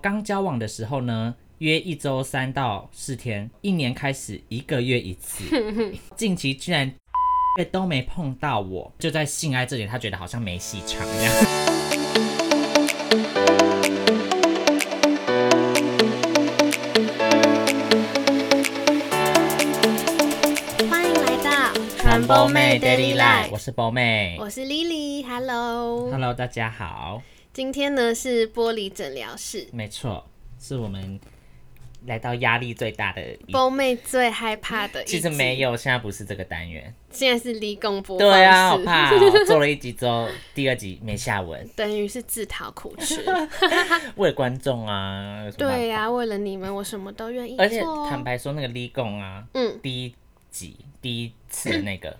刚交往的时候呢，约一周三到四天，一年开始一个月一 次。近期居然都没碰到我，就在性爱这里，他觉得好像没戏唱这样。欢迎来到传播妹 Daily Life 我是波妹我是 Lily，Hello。 ，Hello，大家好，今天呢是玻璃诊疗室，没错，是我们来到压力最大的一。波妹最害怕的一集。其实没有，现在不是这个单元。现在是立功播对啊，好放室怕、哦，做了一集之后，第二集没下文。等于是自讨苦 吃。为了观众啊，有什么办法对呀、为了你们，我什么都愿意而且做哦。坦白说，那个立贡啊，嗯，第一集第一次的那个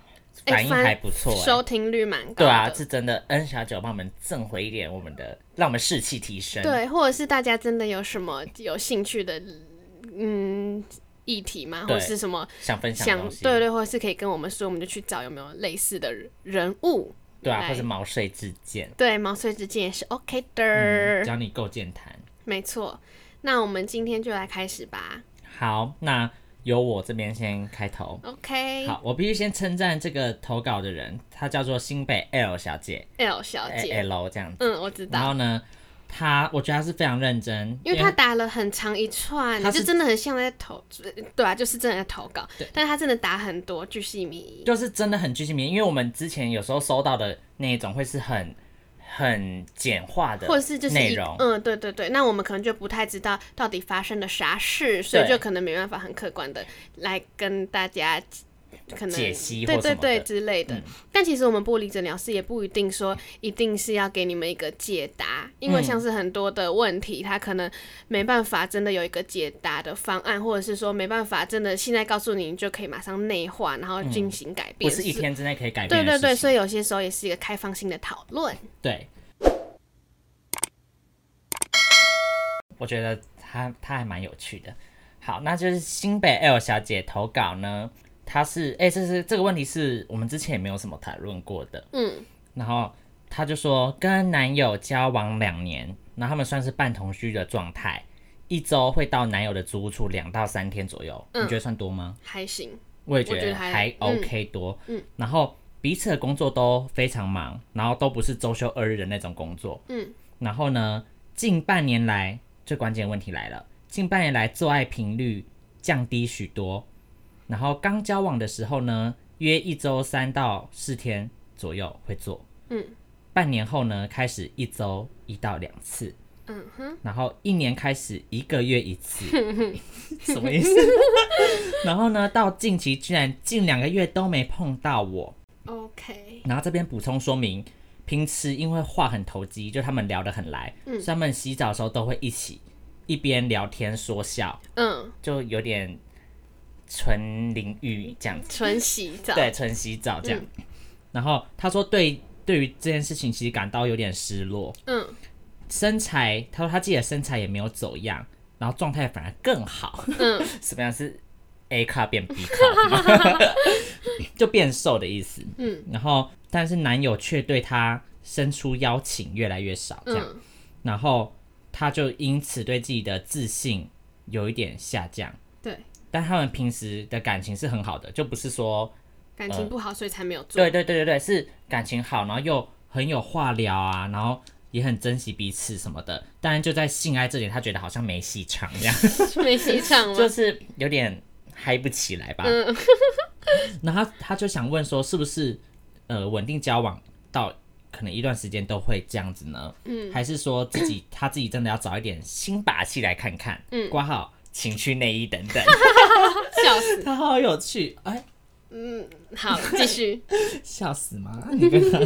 哎反应还不错、哎收听率蛮高的。对啊，是真的。恩小九帮我们挣回一点我们的，让我们士气提升。，对，或者是大家真的有什么有兴趣的，嗯。议题嘛，对或是什么想分享的想东西，对对，或者是可以跟我们说，我们就去找有没有类似的人物。对啊，来或是毛遂自荐，对，毛遂自荐也是 OK 的，嗯，只要你够健谈。没错。那我们今天就来开始吧好，那由我这边先开头。 ，OK？好，我必须先称赞这个投稿的人，她叫做新北 L 小姐 l 小姐，哎，L 这样子。嗯，我知然道，后呢，她我觉得她是非常认真，因为她打了很长一串，她是就真的很像在投，对啊，就是真的在投稿，但是她真的打很多，巨细靡遗。就是真的很具体名，因为我们之前有时候收到的那一种会是很很简化的，或者是就是内一容，嗯，对对对，那我们可能就不太知道到底发生了啥事，所以就可能没办法很客观的来跟大家可能解析对或什对么对的嗯之类的。但其实我们玻璃诊疗师也不一定说一定是要给你们一个解答，因为嗯像是很多的问题，他可能没办法真的有一个解答的方案，或者是说没办法真的现在告诉你，你就可以马上内化，然后进行改嗯不变。是一天之内可以改对变的对事对，情。所以有些时候也是一个开放性的讨论。对我觉得她她还蛮有趣的。好，那就是新北 L 小姐投稿呢，她是哎、这是这个问题是我们之前也没有什么谈论过的，嗯，然后她就说跟男友交往两年，然后他们算是半同居的状态，一周会到男友的租屋处两到三天左右，你觉得算多吗？还行。我也觉我觉得得还还 OK 多，嗯，然后彼此的工作都非常忙，然后都不是周休二日的那种工作，嗯，然后呢，近半年来最关键的问题来了，近半年来做爱频率降低许多，然后刚交往的时候呢，约一周三到四天左右会做，嗯，半年后呢开始一周一到两次，嗯哼。然后一年开始一个月一 次，什么意思？然后呢，到近期居然近两个月都没碰到我。 OK，然后这边补充说明，平时因为话很投机，就他们聊得很来，嗯所以他们洗澡的时候都会一起一边聊天说笑，嗯，就有点纯淋浴这样子，纯洗澡，嗯对，纯洗澡这样。然后他说对对于这件事情其实感到有点失落，嗯，身材，他说他自己的身材也没有走样，然后状态反而更好。嗯，什么样是 A 卡 变 B 卡，就变瘦的意思。嗯，然后但是男友却对她伸出邀请越来越少， 这样，嗯然后她就因此对自己的自信有一点下降。对，但他们平时的感情是很好的，就不是说感情不好所以才没有做，嗯对对对对对，是感情好，然后又很有话聊啊，然后也很珍惜彼此什么的。当然，就在性爱这里，他觉得好像没戏唱这样， 没洗场就吗？是有点嗨不起来吧。 嗯然后他他就想问说，是不是呃稳定交往到可能一段时间都会这样子呢？嗯，还是说自己他自己真的要找一点新把戏来看看？嗯，挂号情趣内衣等等，笑死，他好有趣哎。 好，继续，笑死吗？ 你跟他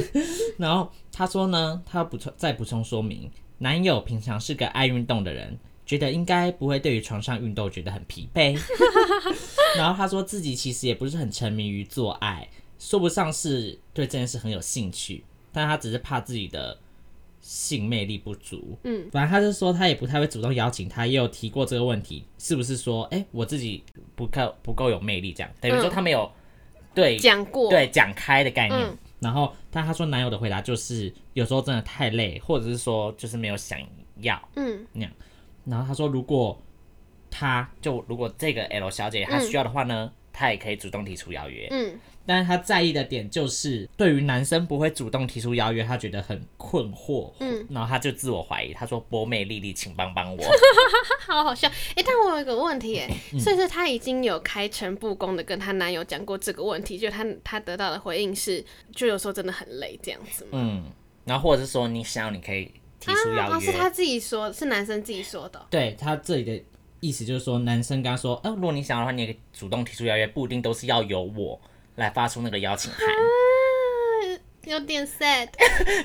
然后他说呢，他要补充再补充说明，男友平常是个爱运动的人，觉得应该不会对于床上运动觉得很疲惫。 然后他说自己其实也不是很沉迷于做爱，说不上是对这件事很有兴趣，但他只是怕自己的性魅力不足。嗯，反正他就说他也不太会主动邀请他，也有提过这个问题，是不是说，哎、我自己不够不够有魅力这样？等于说嗯他没有对讲过，对讲开的概念。嗯然后，但他说男友的回答就是有时候真的太累，或者是说就是没有想要。嗯，然后他说，如果他就如果这个 L 小姐她需要的话呢，她也可以主动提出邀约。嗯，但是她在意的点就是，对于男生不会主动提出邀约，她觉得很困惑。嗯，然后她就自我怀疑，她说：“波妹丽丽，请帮 帮我。好好笑。哎、但我有一个问题，哎、嗯所以说她已经有开诚布公的跟她男友讲过这个问题，就她她得到的回应是，就有时候真的很累这样子”吗？嗯，然后或者是说你想要，你可以提出邀约。啊，哦是她自己说，是男生自己说的哦、对他这里的意思就是说，男生跟他说，哦、如果你想要的话，你也主动提出邀约，不一定都是要由我来发出那个邀请函。 啊，有点 sad。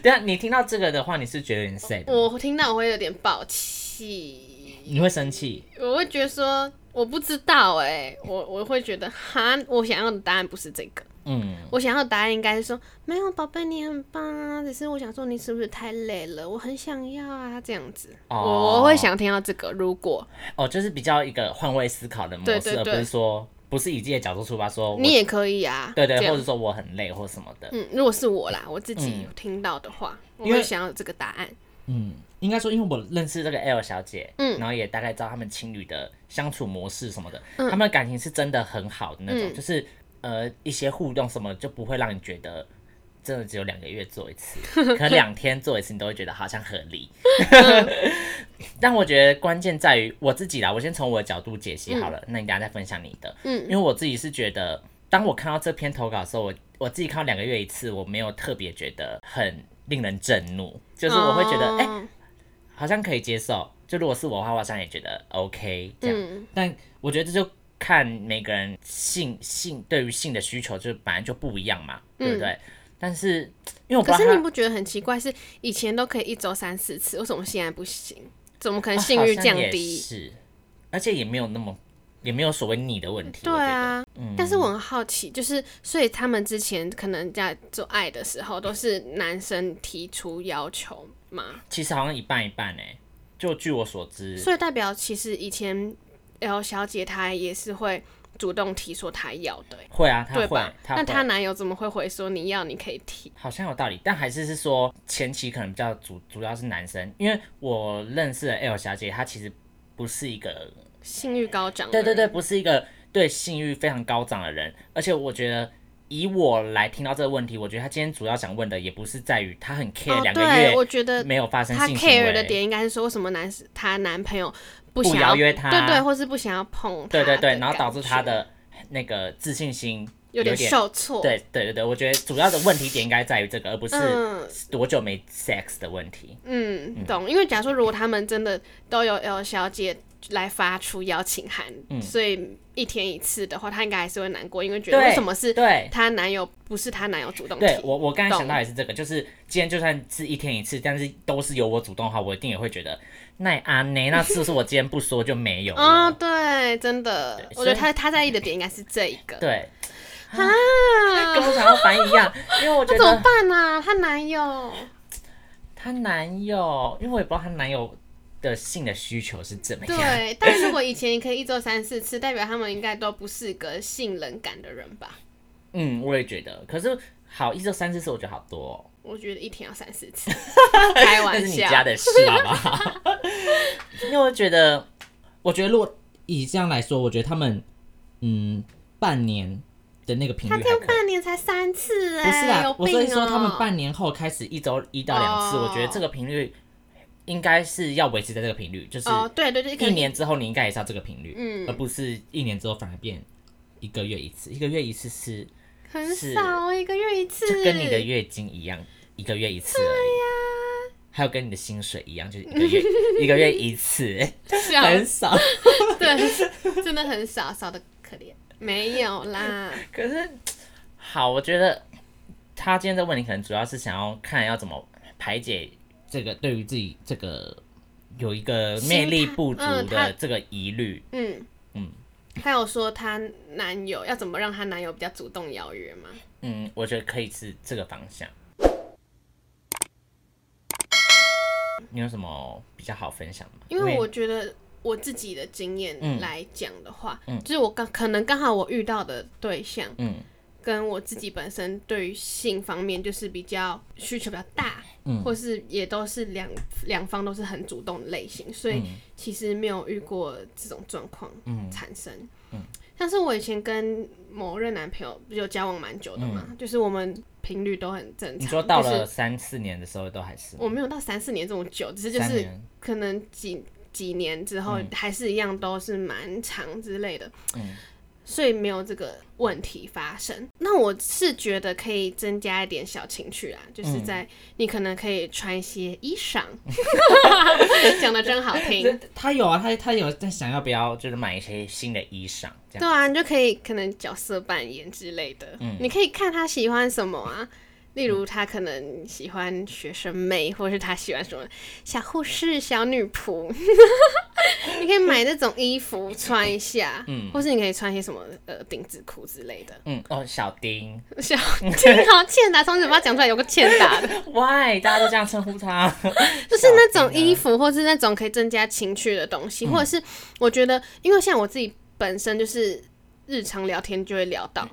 对啊，你听到这个的话，你是觉得有点 sad，的我听到我会有点爆气，你会生气。我会觉得说我不知道哎、我我会觉得哈，我想要的答案不是这个，嗯，我想要的答案应该是说没有，宝贝你很棒啊，只是我想说你是不是太累了，我很想要啊这样子，哦我我会想听到这个，如果哦，就是比较一个换位思考的模式，对对对而不是说不是以自己的角度出发说我，你也可以啊，对对这，样或者说我很累或什么的。嗯，如果是我啦，我自己嗯听到的话，我因为会想要这个答案，嗯，应该说，因为我认识这个 L 小姐，嗯然后也大概知道他们情侣的相处模式什么的，他们的感情是真的很好的那种，嗯就是呃一些互动什么就不会让你觉得。真的只有两个月做一 次，可能两天做一次，你都会觉得好像合理。嗯 但我觉得关键在于我自己啦，我先从我的角度解析好了，那你等一下再分享你的。因嗯为我自己是觉得，当我看到这篇投稿的时候，我我自己看到两个月一次，我没有特别觉得很令人震怒，就是我会觉得，哎、哦好像可以接受。就如果是我的话，我好像也觉得 OK 这样。嗯但我觉得这就看每个人性性对于性的需求，就本来就不一样嘛，对不对？但是因为我不嗯可知是道你他不觉得很奇怪？是以前都可以一周三四次，为什么现在不行？怎么可能啊性欲好像降也低？是，而且也没有那么也没有所谓你的问题。对我觉得，啊，但是我很好奇，就是所以他们之前可能在做爱的时候，都是男生提出要求嘛，其实好像一半一半哎、就据我所知，所以代表其实以前 L 小姐她也是会主动提说她要的欸、会啊，他对会吧，？他那她会，男友怎么会回说你要你可以提？好像有道理，但还是是说前期可能比较主主要是男生，因为我认识的 L 小姐，她其实不是一个，性欲高涨？哦对对对，，不是一个对性欲非常高涨的人，而且我觉得。以我来听到这个问题，我觉得她今天主要想问的也不是在于她很 care 哦两，个对，我月觉得没有发生她性行 care 为的点应该是说，为什么男她男朋友不不想要邀约她对对，或是不想要碰她对对的感觉，对，然后导致她的那个自信心有点点受挫。，对对对对，我觉得主要的问题点应该在于这个，而不是嗯多久没 sex 的问题。嗯，懂。因为假如说如果他们真的都有 L 小姐来发出邀请函，嗯所以一天一次的话，她应该还是会难过，因为觉得对为什么是对，她男友不是她男友主动提？对我，我刚才懂想到也是这个，就是今天就算是一天一次，但是都是由我主动的话，我一定也会觉得那阿内，那是不是我今天不说就没有了？哦，对，真的，我所觉得以她她在意的点应该是这一个。对，啊跟啊，我想要反应一 样，因为我觉那怎么得办啊？她 男友她男友，因为我也不知道她男友的性的需求是怎么样。对，啊但如果以前也可以一周三四次，代表他们应该都不是个性冷感的人吧？嗯，我也觉得，可是好一周三四次，我觉得好多、哦，我觉得一天要三四 次，开那玩是你啊笑。家的事，好不 好？因为我觉得，我觉得如果以这样来说，我觉得他们嗯半年的那个频率他还这样可以。半年才三次不是哎、有啦，我病所哦、以说他们半年后开始一周一到两次，哦我觉得这个频率应该是要维持在这个频率，就是哦，对对对，可一能年之后你应该也是要这个频率，嗯而不是一年之后反而变一个月一次，一个月一次是很是少，一个月一次，就跟你的月经一样，一个月一次而已。还有跟你的薪水一样，就是一个月一个月一 次，少，很 少。对，真的很少，少的可怜。没有啦，可是好，我觉得他今天这个问题可能主要是想要看要怎么排解这个对于自己这个有一个心态魅力不足嗯他的这个疑虑。嗯嗯。还有说她男友要怎么让她男友比较主动邀约吗？嗯，我觉得可以是这个方向。你有什么比较好分享吗？因为我觉得我自己的经验嗯来讲的话，嗯就是我刚可能刚好我遇到的对象，嗯跟我自己本身对于性方面就是比较需求比较大，嗯或是也都是两两方都是很主动的类型，所以其实没有遇过这种状况嗯产生。嗯像是我以前跟某任男朋友不是有交往蛮久的嘛，就是我们频率都很正常。嗯你说到就是了三四年的时候都还是我没有到三四年这么久，只是就三是年，可能几几年之后嗯还是一样都是蛮长之类的，嗯所以没有这个问题发生。那我是觉得可以增加一点小情趣啊，就是嗯在你可能可以穿一些 衣裳，讲的真好听。这他有啊，他他有在想要不要就是买一些新的衣裳这对样，啊，你就可以可能角色扮演之类的，嗯你可以看他喜欢什么啊。例如他可能喜欢学生妹，或是他喜欢什么小护士、小女仆， 你可以买这种衣服穿一下，嗯或是你可以穿一些什么呃丁字裤之类的。 嗯哦，小丁小挺好欠打，从嘴巴讲出来有个欠打的， ，Why 大家都这样称呼他？就是那种啊衣服，或是那种可以增加情趣的东嗯西，或者是我觉得，因为像我自己本身就是日常聊天就会聊到，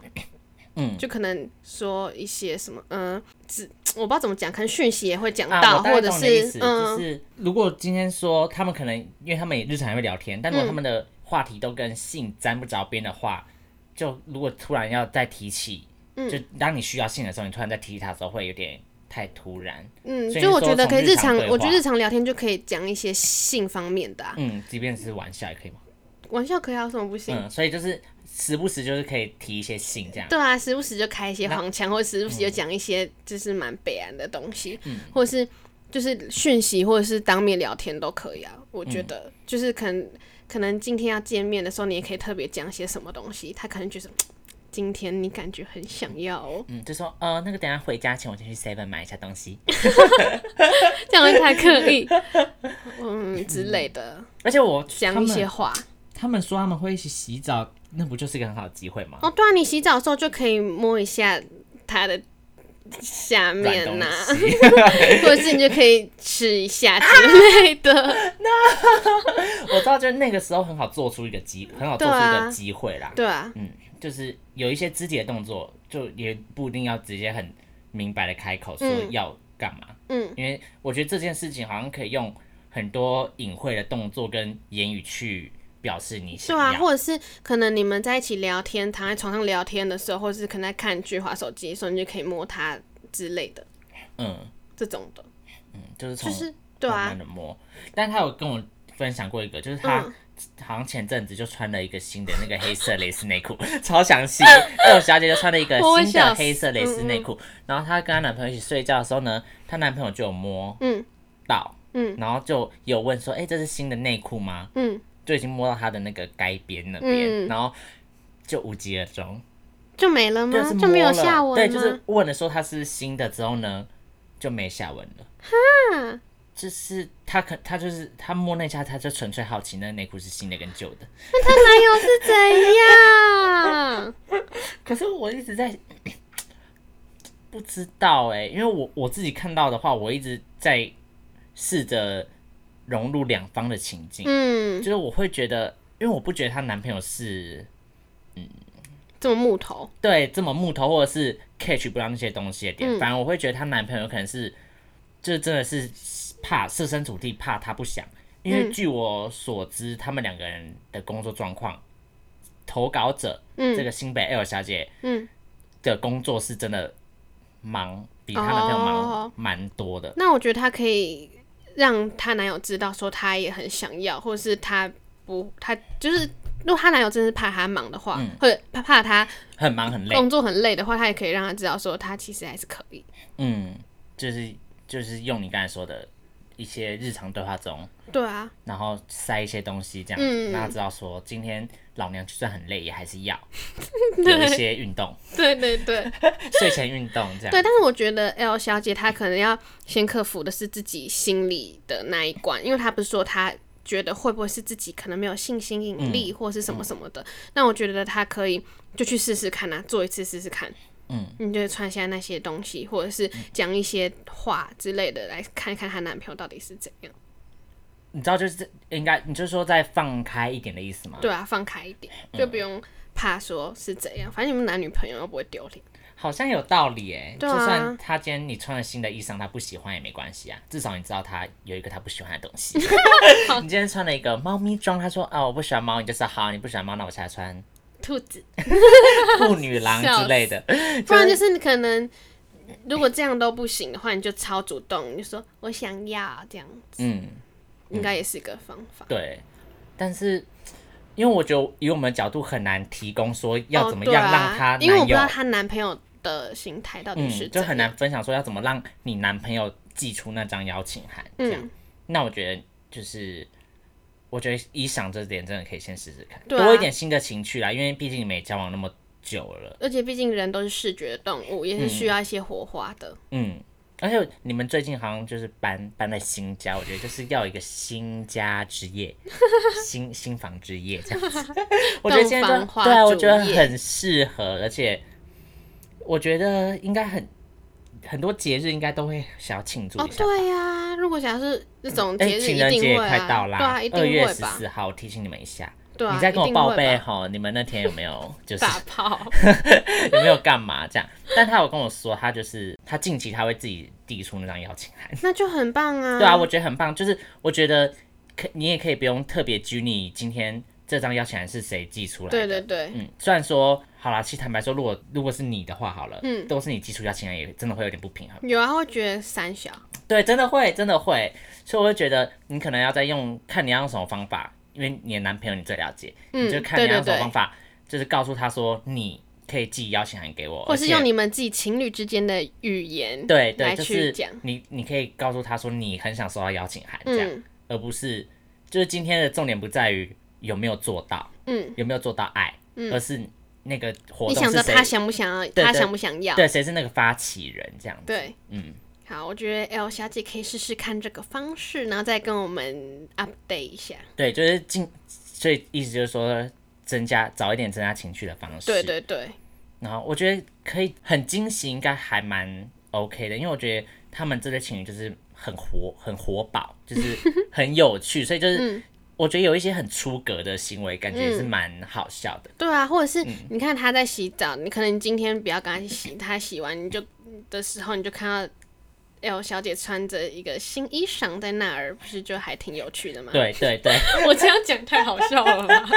嗯，就可能说一些什么，嗯、只我不知道怎么讲，可能讯息也会讲到，啊，我大概或者懂你的意是思，就嗯，是如果今天说他们可能，因为他们也日常也会聊天，但如果他们的话题都跟性沾不着边的话，就如果突然要再提起，嗯就当你需要性的时候，你突然再提起它的时候，会有点太突然。嗯，所以就我说觉得可从以日日常常对，话我觉得日常聊天就可以讲一些性方面的、啊，嗯，即便是玩笑也可以嘛。玩笑可以啊，有什么不行？嗯，所以就是时不时就是可以提一些性这样。对啊，时不时就开一些黄腔，或者时不嗯时就讲一些就是蛮北岸的东西，或者是就是讯息，或者是当面聊天都可以啊。我觉嗯得就是可能可能今天要见面的时候，你也可以特别讲些什么东西，他可能觉得今天你感觉很想要、 哦，嗯，就说呃，那个等一下回家前我先去 Seven 买一下东西，这样会太 刻意，嗯之类的，而且我讲一些话。他们说他们会一起洗澡，那不就是一个很好的机会吗？哦，对啊，你洗澡的时候就可以摸一下他的下软面东呐、西，或者是你就可以吃一下之类的。 我知道，就是那个时候很好做出一个机，很好做出一对啊个机会啦。对啊，嗯，就是有一些肢体的动作，就也不一定要直接很明白的开口说嗯要干嘛，嗯，因为我觉得这件事情好像可以用很多隐晦的动作跟言语去表示你对想啊，要。或者是可能你们在一起聊天，躺在床上聊天的时候，或者是可能在看剧、划手机的时候，你就可以摸他之类的嗯这种的，嗯，就是从就是对慢啊慢，的摸。但他有跟我分享过一个，就是他嗯好像前阵子就穿了一个新的那个黑色蕾丝内裤， 超详 细。二小姐就穿了一个我嗯会新笑的死黑色蕾丝内裤，然后她跟她男朋友一起睡觉的时候呢，她男朋友就有摸嗯到，嗯然后就有问说：“哎、这是新的内裤吗嗯，？”就已经摸到她的那个该边那边，嗯然后就无疾而终，就没了就吗？是啊就没有摸了下文对，吗？就是问了说她是新的之后呢，就没下文了。啊就是他可他就是他摸那一下，他就纯粹好奇那内裤是新的跟旧的。她男友是怎 样？可是我一直在不知道哎、因为我我自己看到的话，我一直在试着融入两方的情境，嗯，就是我会觉得，因为我不觉得她男朋友是这么木头，对这么木头或者是 catch 不到那些东西的点，嗯反而我会觉得她男朋友可能是就是真的是怕设身处地怕她不想，因为嗯据我所知，他们两个人的工作状况，投稿者、嗯这个新北 L 小姐嗯，的工作是真的忙，比她男朋友哦忙蛮多的。那我觉得她可以让她男友知道说她也很想要，或者是她不，她就是如果她男友真的是怕她忙的话，或者怕怕她很忙很累，工作很累的话，她也可以让她知道说她其实还是可以。嗯，就是就是用你刚才说的一些日常对话中，对啊，然后塞一些东西这样嗯子，让他知道说今天老娘就算很累也还是 要有一些运动， 对对对睡前运动这样。 对，但是我觉得 L 小姐她可能要先克服的是自己心里的那一关，因为她不是说她。觉得会不会是自己可能没有性吸引力，嗯或是什么什么的？那我觉得她可以就去试试看啊，做一次试试看。嗯，你就穿下那些东西，或者是讲一些话之类的，来看看她男朋友到底是怎样。嗯你知道就是应该，你就说再放开一点的意思吗？嗯对啊，放开一点，就不用怕说是怎样，反正你们男女朋友又不会丢脸。好像有道理哎、对啊就算他今天你穿了新的衣裳，他不喜欢也没关系啊，至少你知道他有一个他不喜欢的东 西。 你今天穿了一个猫咪装，他说啊我不喜欢猫，你就说好你不喜欢猫，那我现在穿 兔子，兔女郎之类 的。不然就是你可能如果这样都不行的话，你就超主动，你就说我想要这样子，嗯，应该也是一个方法。对。但是因为我觉得以我们的角度很难提供说要哦怎么对样啊让她因为男我不知友，道她男朋友的心态到底是嗯，怎就样，很难分享说要怎么让你男朋友寄出那张邀请函这样。嗯那我觉得就是，我觉得一想这点真的可以先试试看，对啊多一点新的情趣啦，因为毕竟你们也交往那么久了，而且毕竟人都是视觉动物，也是需要一些火花的。嗯。而且你们最近好像就是搬搬在新家，我觉得就是要有一个新家之 夜，新新房之夜这样子。 我觉得现在洞房就花对啊，烛我觉得夜很适合，而且我觉得应该很很多节日应该都会想要庆祝哦一，下吧。对呀、如果想要是那种嗯哎、节日，情一人节定也会快啊，到啦，对啊，一定二月会十吧，四号，我提醒你们一下，对啊，你再跟我报一定备会吧吼，你们那天有没 有就 是打炮，有没有干嘛这样？但他有跟我说，他就是他近期他会自己递出那张邀请函，那就很棒啊。对啊，我觉得很棒，就是我觉得可你也可以不用特别拘泥今天这张邀请函是谁寄出来的，对对对，嗯，虽然说好啦，其实坦白说，如果如果是你的话，好了，嗯，都是你寄出邀请函，也真的会有点不平衡。有啊，会觉得三小，对，真的会，真的会。所以我就觉得你可能要再用，看你要用什么方法，因为你的男朋友你最了解，嗯你就看你要用什对对么对方法，就是告诉他说你可以寄邀请函给我，或是而且用你们自己情侣之间的语言对对，来就去是讲。你你可以告诉他说你很想收到邀请函这样，嗯而不是就是今天的重点不在于有没有做到，嗯，有没有做到爱，而是那个活你动想是着谁他，想不想要，对他对想不想要？对，谁是那个发起人这样子，对嗯，好，我觉得 L 小姐可以试试看这个方式，然后再跟我们 update 一下。对，就是进，所以意思就是说增加早一点增加情绪的方式，对对对，然后我觉得可以很惊喜，应该还蛮 OK 的，因为我觉得他们这对情侣就是很活、很活宝，就是 很有趣，所以就是嗯我觉得有一些很出格的行为，感觉也是蛮好笑 的。对啊，或者嗯是你看他在洗澡，你可能今天不要跟他洗，他洗完你就的时候，你就看到 L 小姐穿着一个新衣裳在那儿，不是就还挺有趣的吗？对对对我这样讲太好笑 了吧？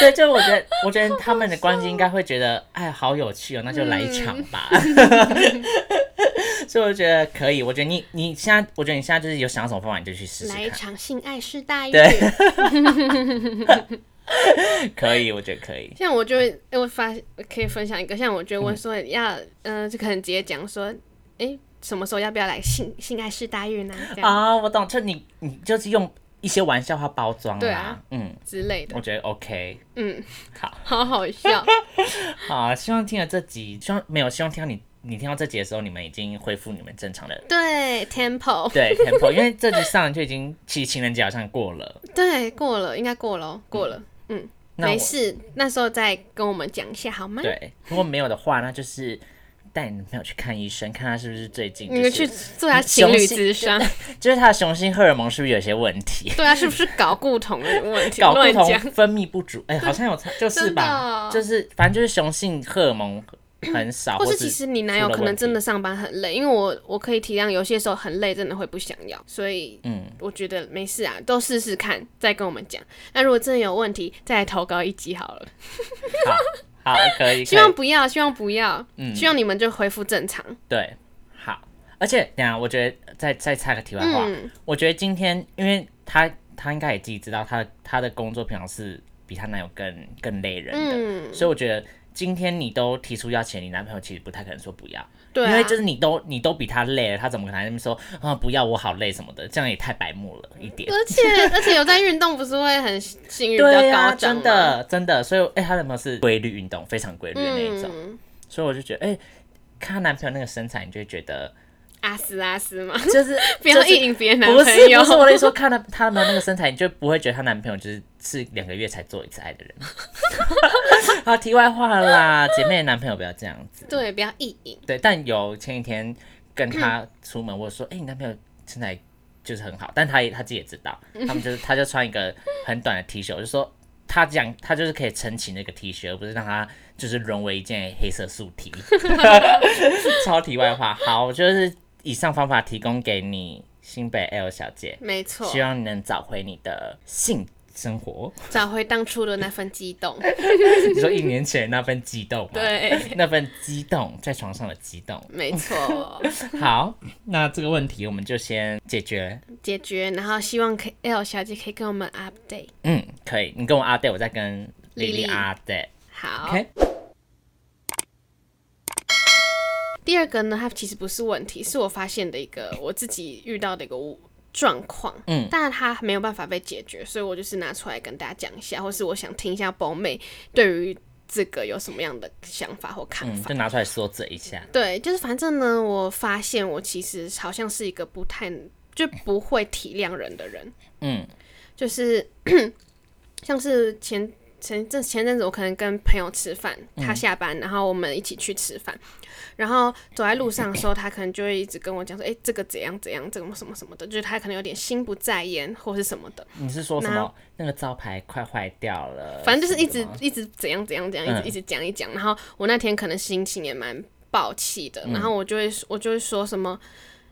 对，就是我觉得，我觉得他们的关系应该会觉得，哎，好有趣哦，那就来一场吧。嗯 所以我觉得可以，我觉得你你现在，我觉得你现在就是有想到什么方法你就去试试来一看，场性爱试大一对局。可以，我觉得可以。像我就会，哎我发可以分享一个，像我就问说要，嗯、呃，就可能直接讲说，哎、什么时候要不要来性性爱试大运啊，这样、啊、我懂，就你你就是用一些玩笑话包装啦，对啊嗯，之类的，我觉得 OK，嗯，好，好 好笑，好啊，希望听了这集，希望没有，希望听到你你听到这集的时候，你们已经恢复你们正常的对，tempo，对 tempo，因为这集上就已经其实情人节好像过了，对，过了，应该过了哦，过了，嗯，那没我事，那时候再跟我们讲一下好吗？对，如果没有的话，那就是带你男朋友去看医生，看他是不是最近、就你是、们去做下情侣雄性智商， 就是他的雄性荷尔蒙是不是有些问 题？对啊，是不是搞固酮的问题？睾固乱酮讲，分泌不足，哎、好像有差，就是吧，真就是反正就是雄性荷尔蒙很少，或啊或是其实你男友出了可能问题真的上班很累，因为我我可以体谅，有些时候很累，真的会不想要，所以嗯。我觉得没事啊，都试试看，再跟我们讲。那如果真的有问题，再来投稿一集好了。好，好，可以，希可望以不要，希望不要，嗯希望你们就恢复正常。对，好。而且，等一下，我觉得再再插个题外话，嗯我觉得今天，因为她她应该也自己知道，她她的工作平常是比她男友更更累人的，嗯，所以我觉得今天你都提出要钱，你男朋友其实不太可能说不要，对因啊为，就是你都你都比他累了，他怎么可能还在那边说啊不要我好累什么的，这样也太白目了一点。而且而且有在运动，不是会很幸运比较对高啊，涨真吗，的真的，所以哎、她男朋友是规律运动，非常规律的那一种，嗯，所以我就觉得哎、看她男朋友那个身材，你就会觉 得阿斯阿 斯嘛，就是不要就是意淫别人男不是朋友不。是，我的意思说，看到她的那个身材，你就不会觉得她男朋友就是是两个月才做一次爱的人。 好，题外话啦，姐妹的男朋友不要这样子。对，不要意淫。对，但有前几天跟嗯她出门，我说，哎、你男朋友身嗯材就是很好，但她也她自己也知道，他们就是她就穿一个很短的 T 恤，我就说。他这样，他就是可以撑起那个 T 恤，而不是让它就是沦为一件黑色素 T。超题外话，好，就是以上方法提供给你新北 L 小姐，没错，希望你能找回你的性生活。 找回当初的那份激动。你说一年前那份激动吗？，对，那份激动，在床上的激动。没错， 好，那这个问题我们就先解决。解决。然后希望可 L 小姐可以跟我们 update。嗯，可以，你跟我阿 d 我再跟莉莉莉莉阿 d 好 OK，第二个呢，它其实不是问题，是我发现的一个我自己遇到的一个状况，嗯但它没有办法被解决，所以我就是拿出来跟大家讲一下，或是我想听一下宝妹对于这个有什么样的想法或看嗯，法。就拿出来说嘴一下。对，就是反正呢，我发现我其实好像是一个不太就不会体谅人的人，嗯就是 像是前前阵前阵子，我可能跟朋友吃饭，他下班，然后我们一起去吃饭，然后走在路上的时候，他可能就会一直跟我讲说，诶，这个怎样怎样，这个什么什么的，就是他可能有点心不在焉或是什么的，你是说什那么？那个招牌快坏掉了？反正就是一直什么的吗一直怎样怎样怎样，一直嗯一直讲一讲。然后我那天可能心情也蛮暴气的，然嗯后我就会我就会说什么，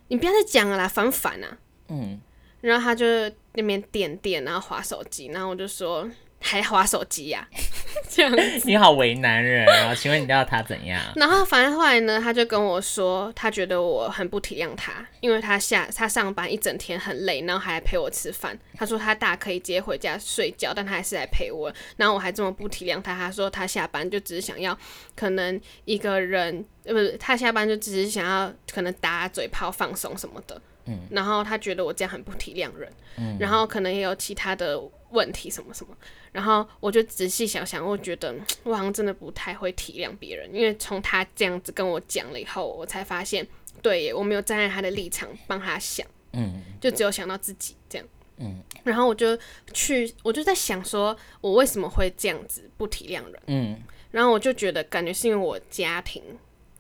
你不要再讲了啦，烦不烦啊？嗯，然后他就那边点点，然后划手机，然后我就说还划手机呀、 这样。你好为难人啊！请问你要他怎 样？然后反正后来呢，他就跟我说，他觉得我很不体谅他，因为他下他上班一整天很累，然后还来陪我吃饭。他说他大可以直接回家睡觉，但他还是来陪我，然后我还这么不体谅他。他说他下班就只是想要可能一个人，呃，不是他下班就只是想要可能打嘴炮放松什么的。嗯，然后他觉得我这样很不体谅人，嗯，然后可能也有其他的问题什么什么。然后我就仔细想想，我觉得嗯我好像真的不太会体谅别人，因为从他这样子跟我讲了以后，我才发现，对耶我没有站在他的立场帮他想，嗯，就只有想到自己这样。嗯，然后我就去，我就在想说，我为什么会这样子不体谅人？嗯，然后我就觉得，感觉是因为我家庭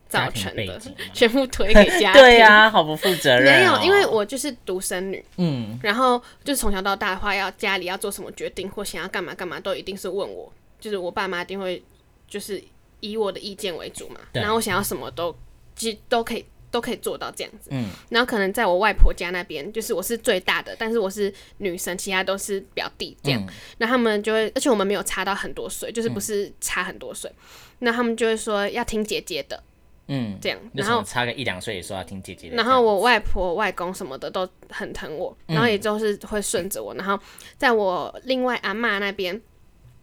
造家庭成背的景， 全部推给家庭。嗯对啊呀、好不负责任、没哦。有，因为我就是独生女，嗯然后就是从小到大的话，要家里要做什么决定或想要干嘛干嘛，都一定是问我，就是我爸妈一定会就是以我的意见为主嘛。对然后我想要什么都其实都可以都可以做到这样子。嗯然后可能在我外婆家那边，就是我是最大的，但是我是女生，其他都是表弟这样。嗯那他们就会，而且我们没有差到很多岁，就是不是差很多岁。那他们就会说要听姐姐的嗯，这样，为然什后么差个一两岁也说要听姐姐的这然样？后我外婆、外公什么的都很疼我，嗯然后也就是会顺着我。然后在我另外阿嬷那边，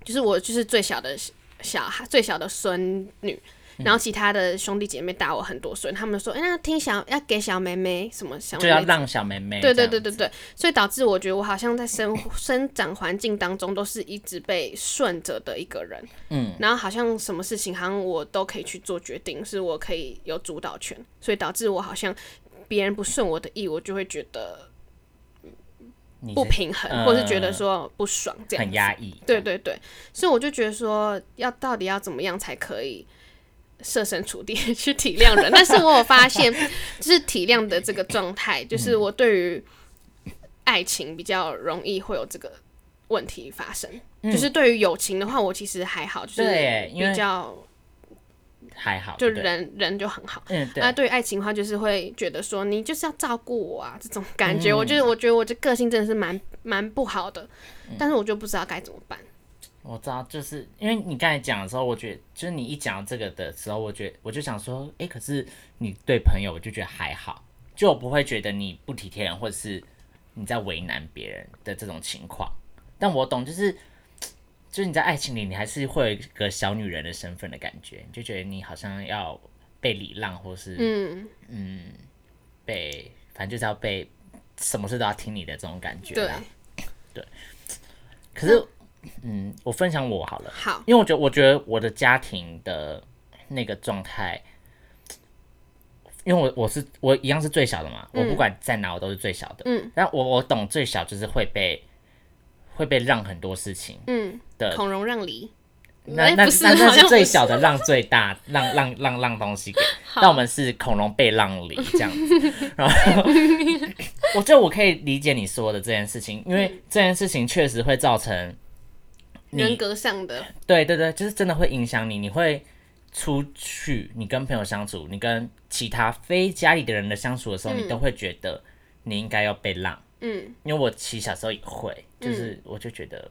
就是我就是最小的小孩，最小的孙女。然后其他的兄弟姐妹大我很多岁，他们说，哎、那听小要给小妹妹什么小妹就要妹，让小妹妹。对对对，对对，所以导致我觉得我好像在生活 生长环境当中都是一直被顺着的一个人，嗯，然后好像什么事情好像我都可以去做决定，是我可以有主导权，所以导致我好像别人不顺我的意，我就会觉得你不是平衡，嗯或是觉得说不爽这样很子，压抑。对对对，所以我就觉得说，要到底要怎么样才可以设身处地去体谅人？但是我有发现，就是体谅的这个状态，嗯就是我对于爱情比较容易会有这个问题发生。就是对于友情的话，我其实还好，就是嗯对因为比较还好，就对啊不对人人就很好。嗯对那、对于爱情的话，就是会觉得说你就是要照顾我啊，这种感觉。我嗯就是我觉得我这个性真的是蛮蛮不好的，嗯但是我就不知道该怎么办。我知道，就是因为你刚才讲的时候，我觉得就是你一讲到这个的时候，我觉得我就想说，哎、可是你对朋友，我就觉得还好，就我不会觉得你不体贴人，或者是你在为难别人的这种情况。但我懂，就是就是你在爱情里，你还是会有一个小女人的身份的感觉，你就觉得你好像要被礼让，或是嗯。被，反正就是要被什么事都要听你的这种感觉啊对啦。，可是，嗯，我分享我好了。好，因为我觉得，我觉得我的家庭的那个状态，因为我我是我一样是最小的嘛，我不管在哪我都是最小的。嗯，但我我懂最小就是会被会被让很多事情，嗯，的孔融让梨，那哎那不是那好那像不是是最小的让最大， 让让让让东西给。好但我们是恐龙被让梨 这样子，然后我觉得我可以理解你说的这件事情，因为这件事情确实会造成你人格上的，对对对，就是真的会影响你，你会出去，你跟朋友相处，你跟其他非家里的人的相处的时候，你都会觉得你应该要被让。嗯，因为我其实小时候也会，就是我就觉得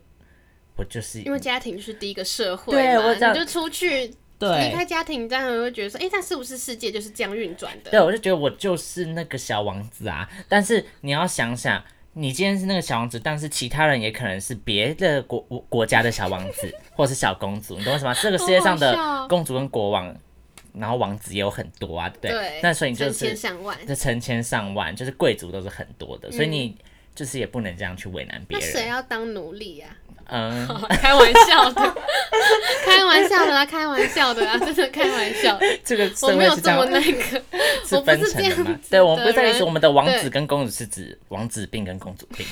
我就是因为家庭是第一个社会对嘛，我知道你就出去离对开家庭，这样会觉得说，哎、那是不是世界就是这样运转的？对，我就觉得我就是那个小王子啊。但是你要想想，你今天是那个小王子，但是其他人也可能是别的国国国家的小王子，或者是小公主，你懂我意思吗？这个世界上好好笑的哦公主跟国王，然后王子也有很多啊，对不对那所以你就成千是上万。这成千上万，就是贵族都是很多的，所以你就是也不能这样去为难别嗯那谁人。要当奴隶啊呀、嗯，哦开玩笑的， 开玩笑的啊，开玩笑 的啊，真的开玩笑。这个我社没会有是这这么样。那个，是我不分是层这的样嘛？子对，我的不是在人说我们的王对子跟公主是指王子病跟公主 病，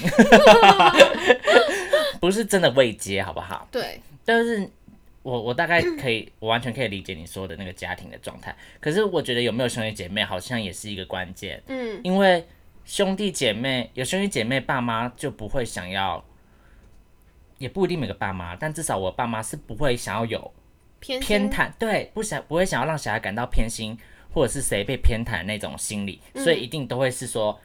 不是真的未接，好不好？对，但是我我大概可以，我完全可以理解你说的那个家庭的状态。可是我觉得有没有兄弟姐妹好像也是一个关键，嗯，因为兄弟姐妹有兄弟姐妹，爸妈就不会想要，也不一定每个爸妈，但至少我爸妈是不会想要有偏偏心袒，对，不想不会想要让小孩感到偏心，或者是谁被偏袒的那种心理，所以一定都会是说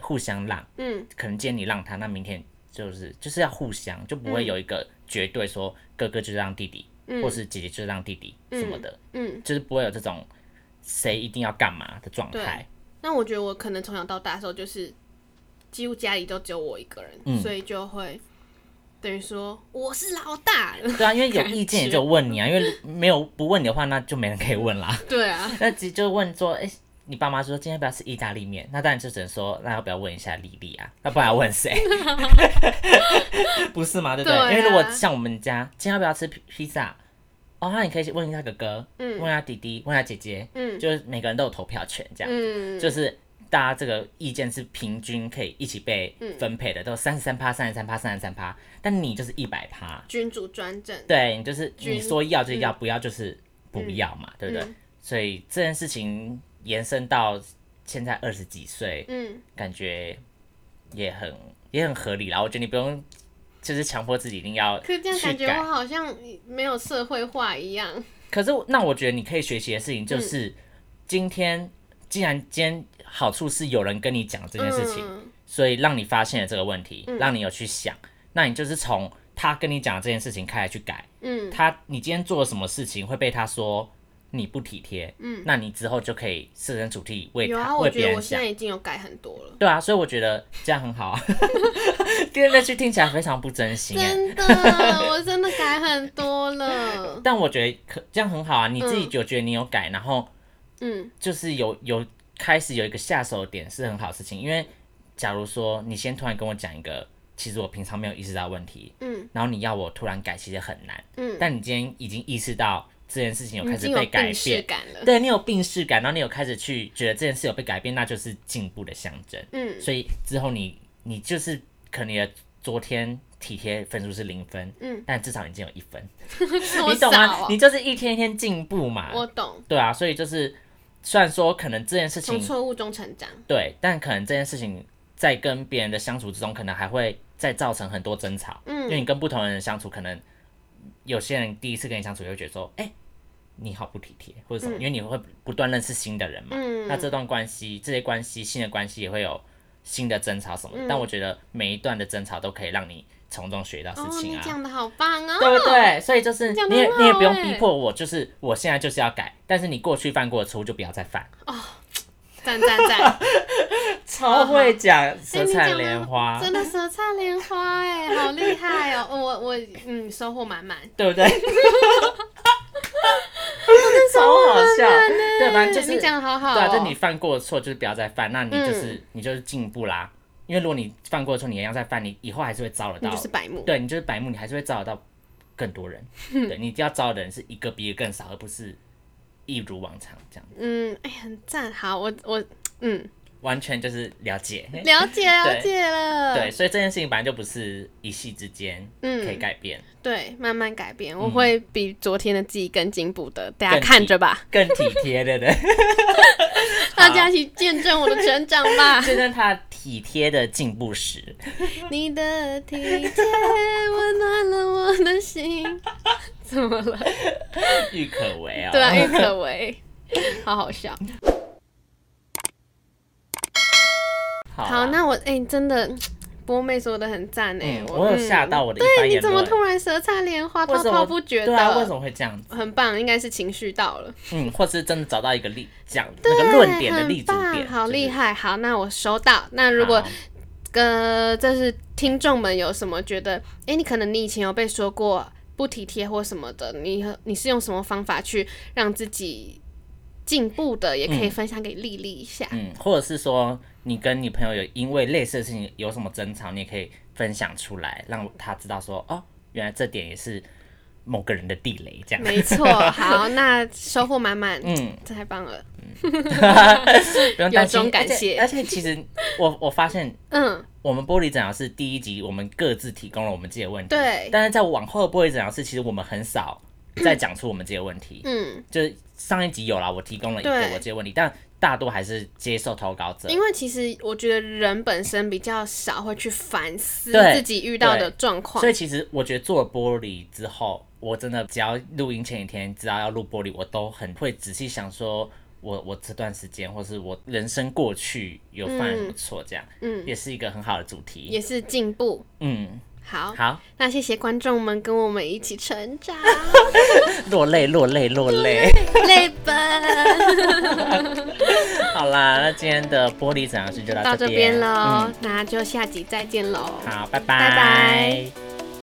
互相让，嗯，可能今天你让他，那明天就是就是要互相，就不会有一个绝对说哥哥就是让弟弟，或是姐姐就是让弟弟什么的，嗯，就是不会有这种谁一定要干嘛的状态。那我觉得我可能从小到大的时候，就是几乎家里都只有我一个人，嗯所以就会等于说我是老大。 对啊，因为有意见也就问你啊，因为没有不问你的话，那就没人可以问啦。对啊， 那直接就问说，哎、你爸妈说今天要不要吃意大利面，那当然就只能说，那要不要问一下丽丽啊？那不然要问谁？ 不是吗？对不对？对啊因为如果像我们家，今天要不要吃披披萨？哦，那你可以去问一下哥哥，嗯问一下弟弟，问一下姐姐，嗯就是每个人都有投票权，这样、嗯，就是大家这个意见是平均可以一起被嗯分配的，都三十三趴、三十三趴、三十三趴，但你就是一百趴，君主专政。对你就是你均说要嗯就要，不要就是不要嘛，对不对？所以这件事情延伸到现在二十几岁，嗯，感觉也很也很合理啦。我觉得你不用就是强迫自己一定要可是这样去感觉改我好像没有社会化一样。可是我那我觉得你可以学习的事嗯情就是，今天既然今天好处是有人跟你讲这件事情，嗯所以让你发现了这个问题，让你有去想，那你就是从他跟你讲的这件事情开始去改。嗯，他你今天做了什么事情会被他说你不体贴，嗯，那你之后就可以设身处地为有他、啊，为我觉别得人我现想在。已经有改很多了。对啊，所以我觉得这样很好啊。 第二句听起来非常不真心哎，真的，我真的改很多了。但我觉得可这样很好啊。你自己有觉得你有改，然后嗯就是有有开始有一个下手点是很好的事情，因为假如说你先突然跟我讲一个，其实我平常没有意识到的问题，嗯，然后你要我突然改，其实很难，嗯，但你今天已经意识到这件事情有你开已始经有被改病视变，感 了。对你有病视感，然后你有开始去觉得这件事有被改变，那就是进步的象征，嗯所以之后你你就是可能你的昨天体贴分数是零分，嗯，但至少你已经有一分，我你懂少吗？啊，你就是一天一天进步嘛，我懂，对啊，所以就是虽然说可能这件事从情错误中成长。对，但可能这件事情在跟别人的相处之中，可能还会再造成很多争吵。嗯因为你跟不同人相处，可能有些人第一次跟你相处，就会觉得说，哎、你好不体贴，或者什么，因为你会不断认识新的人嘛。嗯那这段关系，这些关系，新的关系也会有新的争吵什嗯么的。但我觉得每一段的争吵都可以让你从中学到事哦，情你啊。讲的好棒啊！对不对？所以就是讲你得也很你也好不用欸逼迫我，就是我现在就是要改，但是你过去犯过的错误就不要再犯。赞赞 赞！超会讲色哎你彩讲得莲花，真的舌灿莲花哎，好厉害 哦！我我嗯，收获满满。对不对？ 超好笑，对，反啊正就你是对讲的好嗯好哦。啊，就你犯过的错就是不要再犯，那你就是你就是进步啦。因为如果你犯过的错，你一样再犯，你以后还是会招惹你到就，是白目。对你就是白目，你还是会招惹到更多 人。对，你一定要招的人是一个比一个更少，而不是一如往常这样。嗯，哎，很赞。好，我我嗯，完全就是了解，了解了解了。哎对，所以这件事情本来就不是一夕之间嗯可以改变。对，慢慢改变，我会比昨天的自己更进步的。大家嗯更进看着吧，更体贴的人，大家一起见证我的成长 吧。见证他体贴的进步史。你的体贴温暖了我的心。 怎么了？ 郁可唯哦。对啊，郁可唯，好好笑。好啊好，那我哎、真的，波妹说的很赞哎、嗯，我有吓到我的一番对，你言怎么论。突然舌灿莲花，为滔什滔么不绝对啊，为什的？么会这样子？很棒，应该是情绪到了，嗯，或是真的找到一个立讲那个论点的立很足棒，点，好就是厉。害。好，那我收到。那如果好呃，这是听众们有什么觉得，哎、你可能你以前有被说过不体贴或什么的，你 你是用什么方法去让自己进步的，也可以分享给丽丽一下。嗯，或者是说你跟你朋友有因为类似的事情有什么争吵，你也可以分享出来，让他知道说哦，原来这点也是某个人的地雷这样。没错，好，那收获满满，嗯，这太棒了。不用担有心种，感而且谢而且其实我我发现嗯，我们玻璃诊疗室第一集，我们各自提供了我们自己的问题。对但是在往后的玻璃诊疗室，其实我们很 少再讲出我们自己的问题。嗯，就是上一集有啦，我提供了一个对我这些问题，但大多还是接受投稿者。因为其实我觉得人本身比较少会去反思对自己遇到的状况所，以其实我觉得做了玻璃之后，我真的只要录音前一天，只要要录玻璃，我都很会仔细想说我，我这段时间或是我人生过去有犯什么错，这样，嗯，也是一个很好的主题。也是进步。嗯，好，好，那谢谢观众们跟我们一起成 长，落泪，落泪，落泪。累吧。 好啦，那今天的玻璃诊疗室就到到这这边边嗯喽，那就下集再见喽。嗯，好，拜拜，拜拜。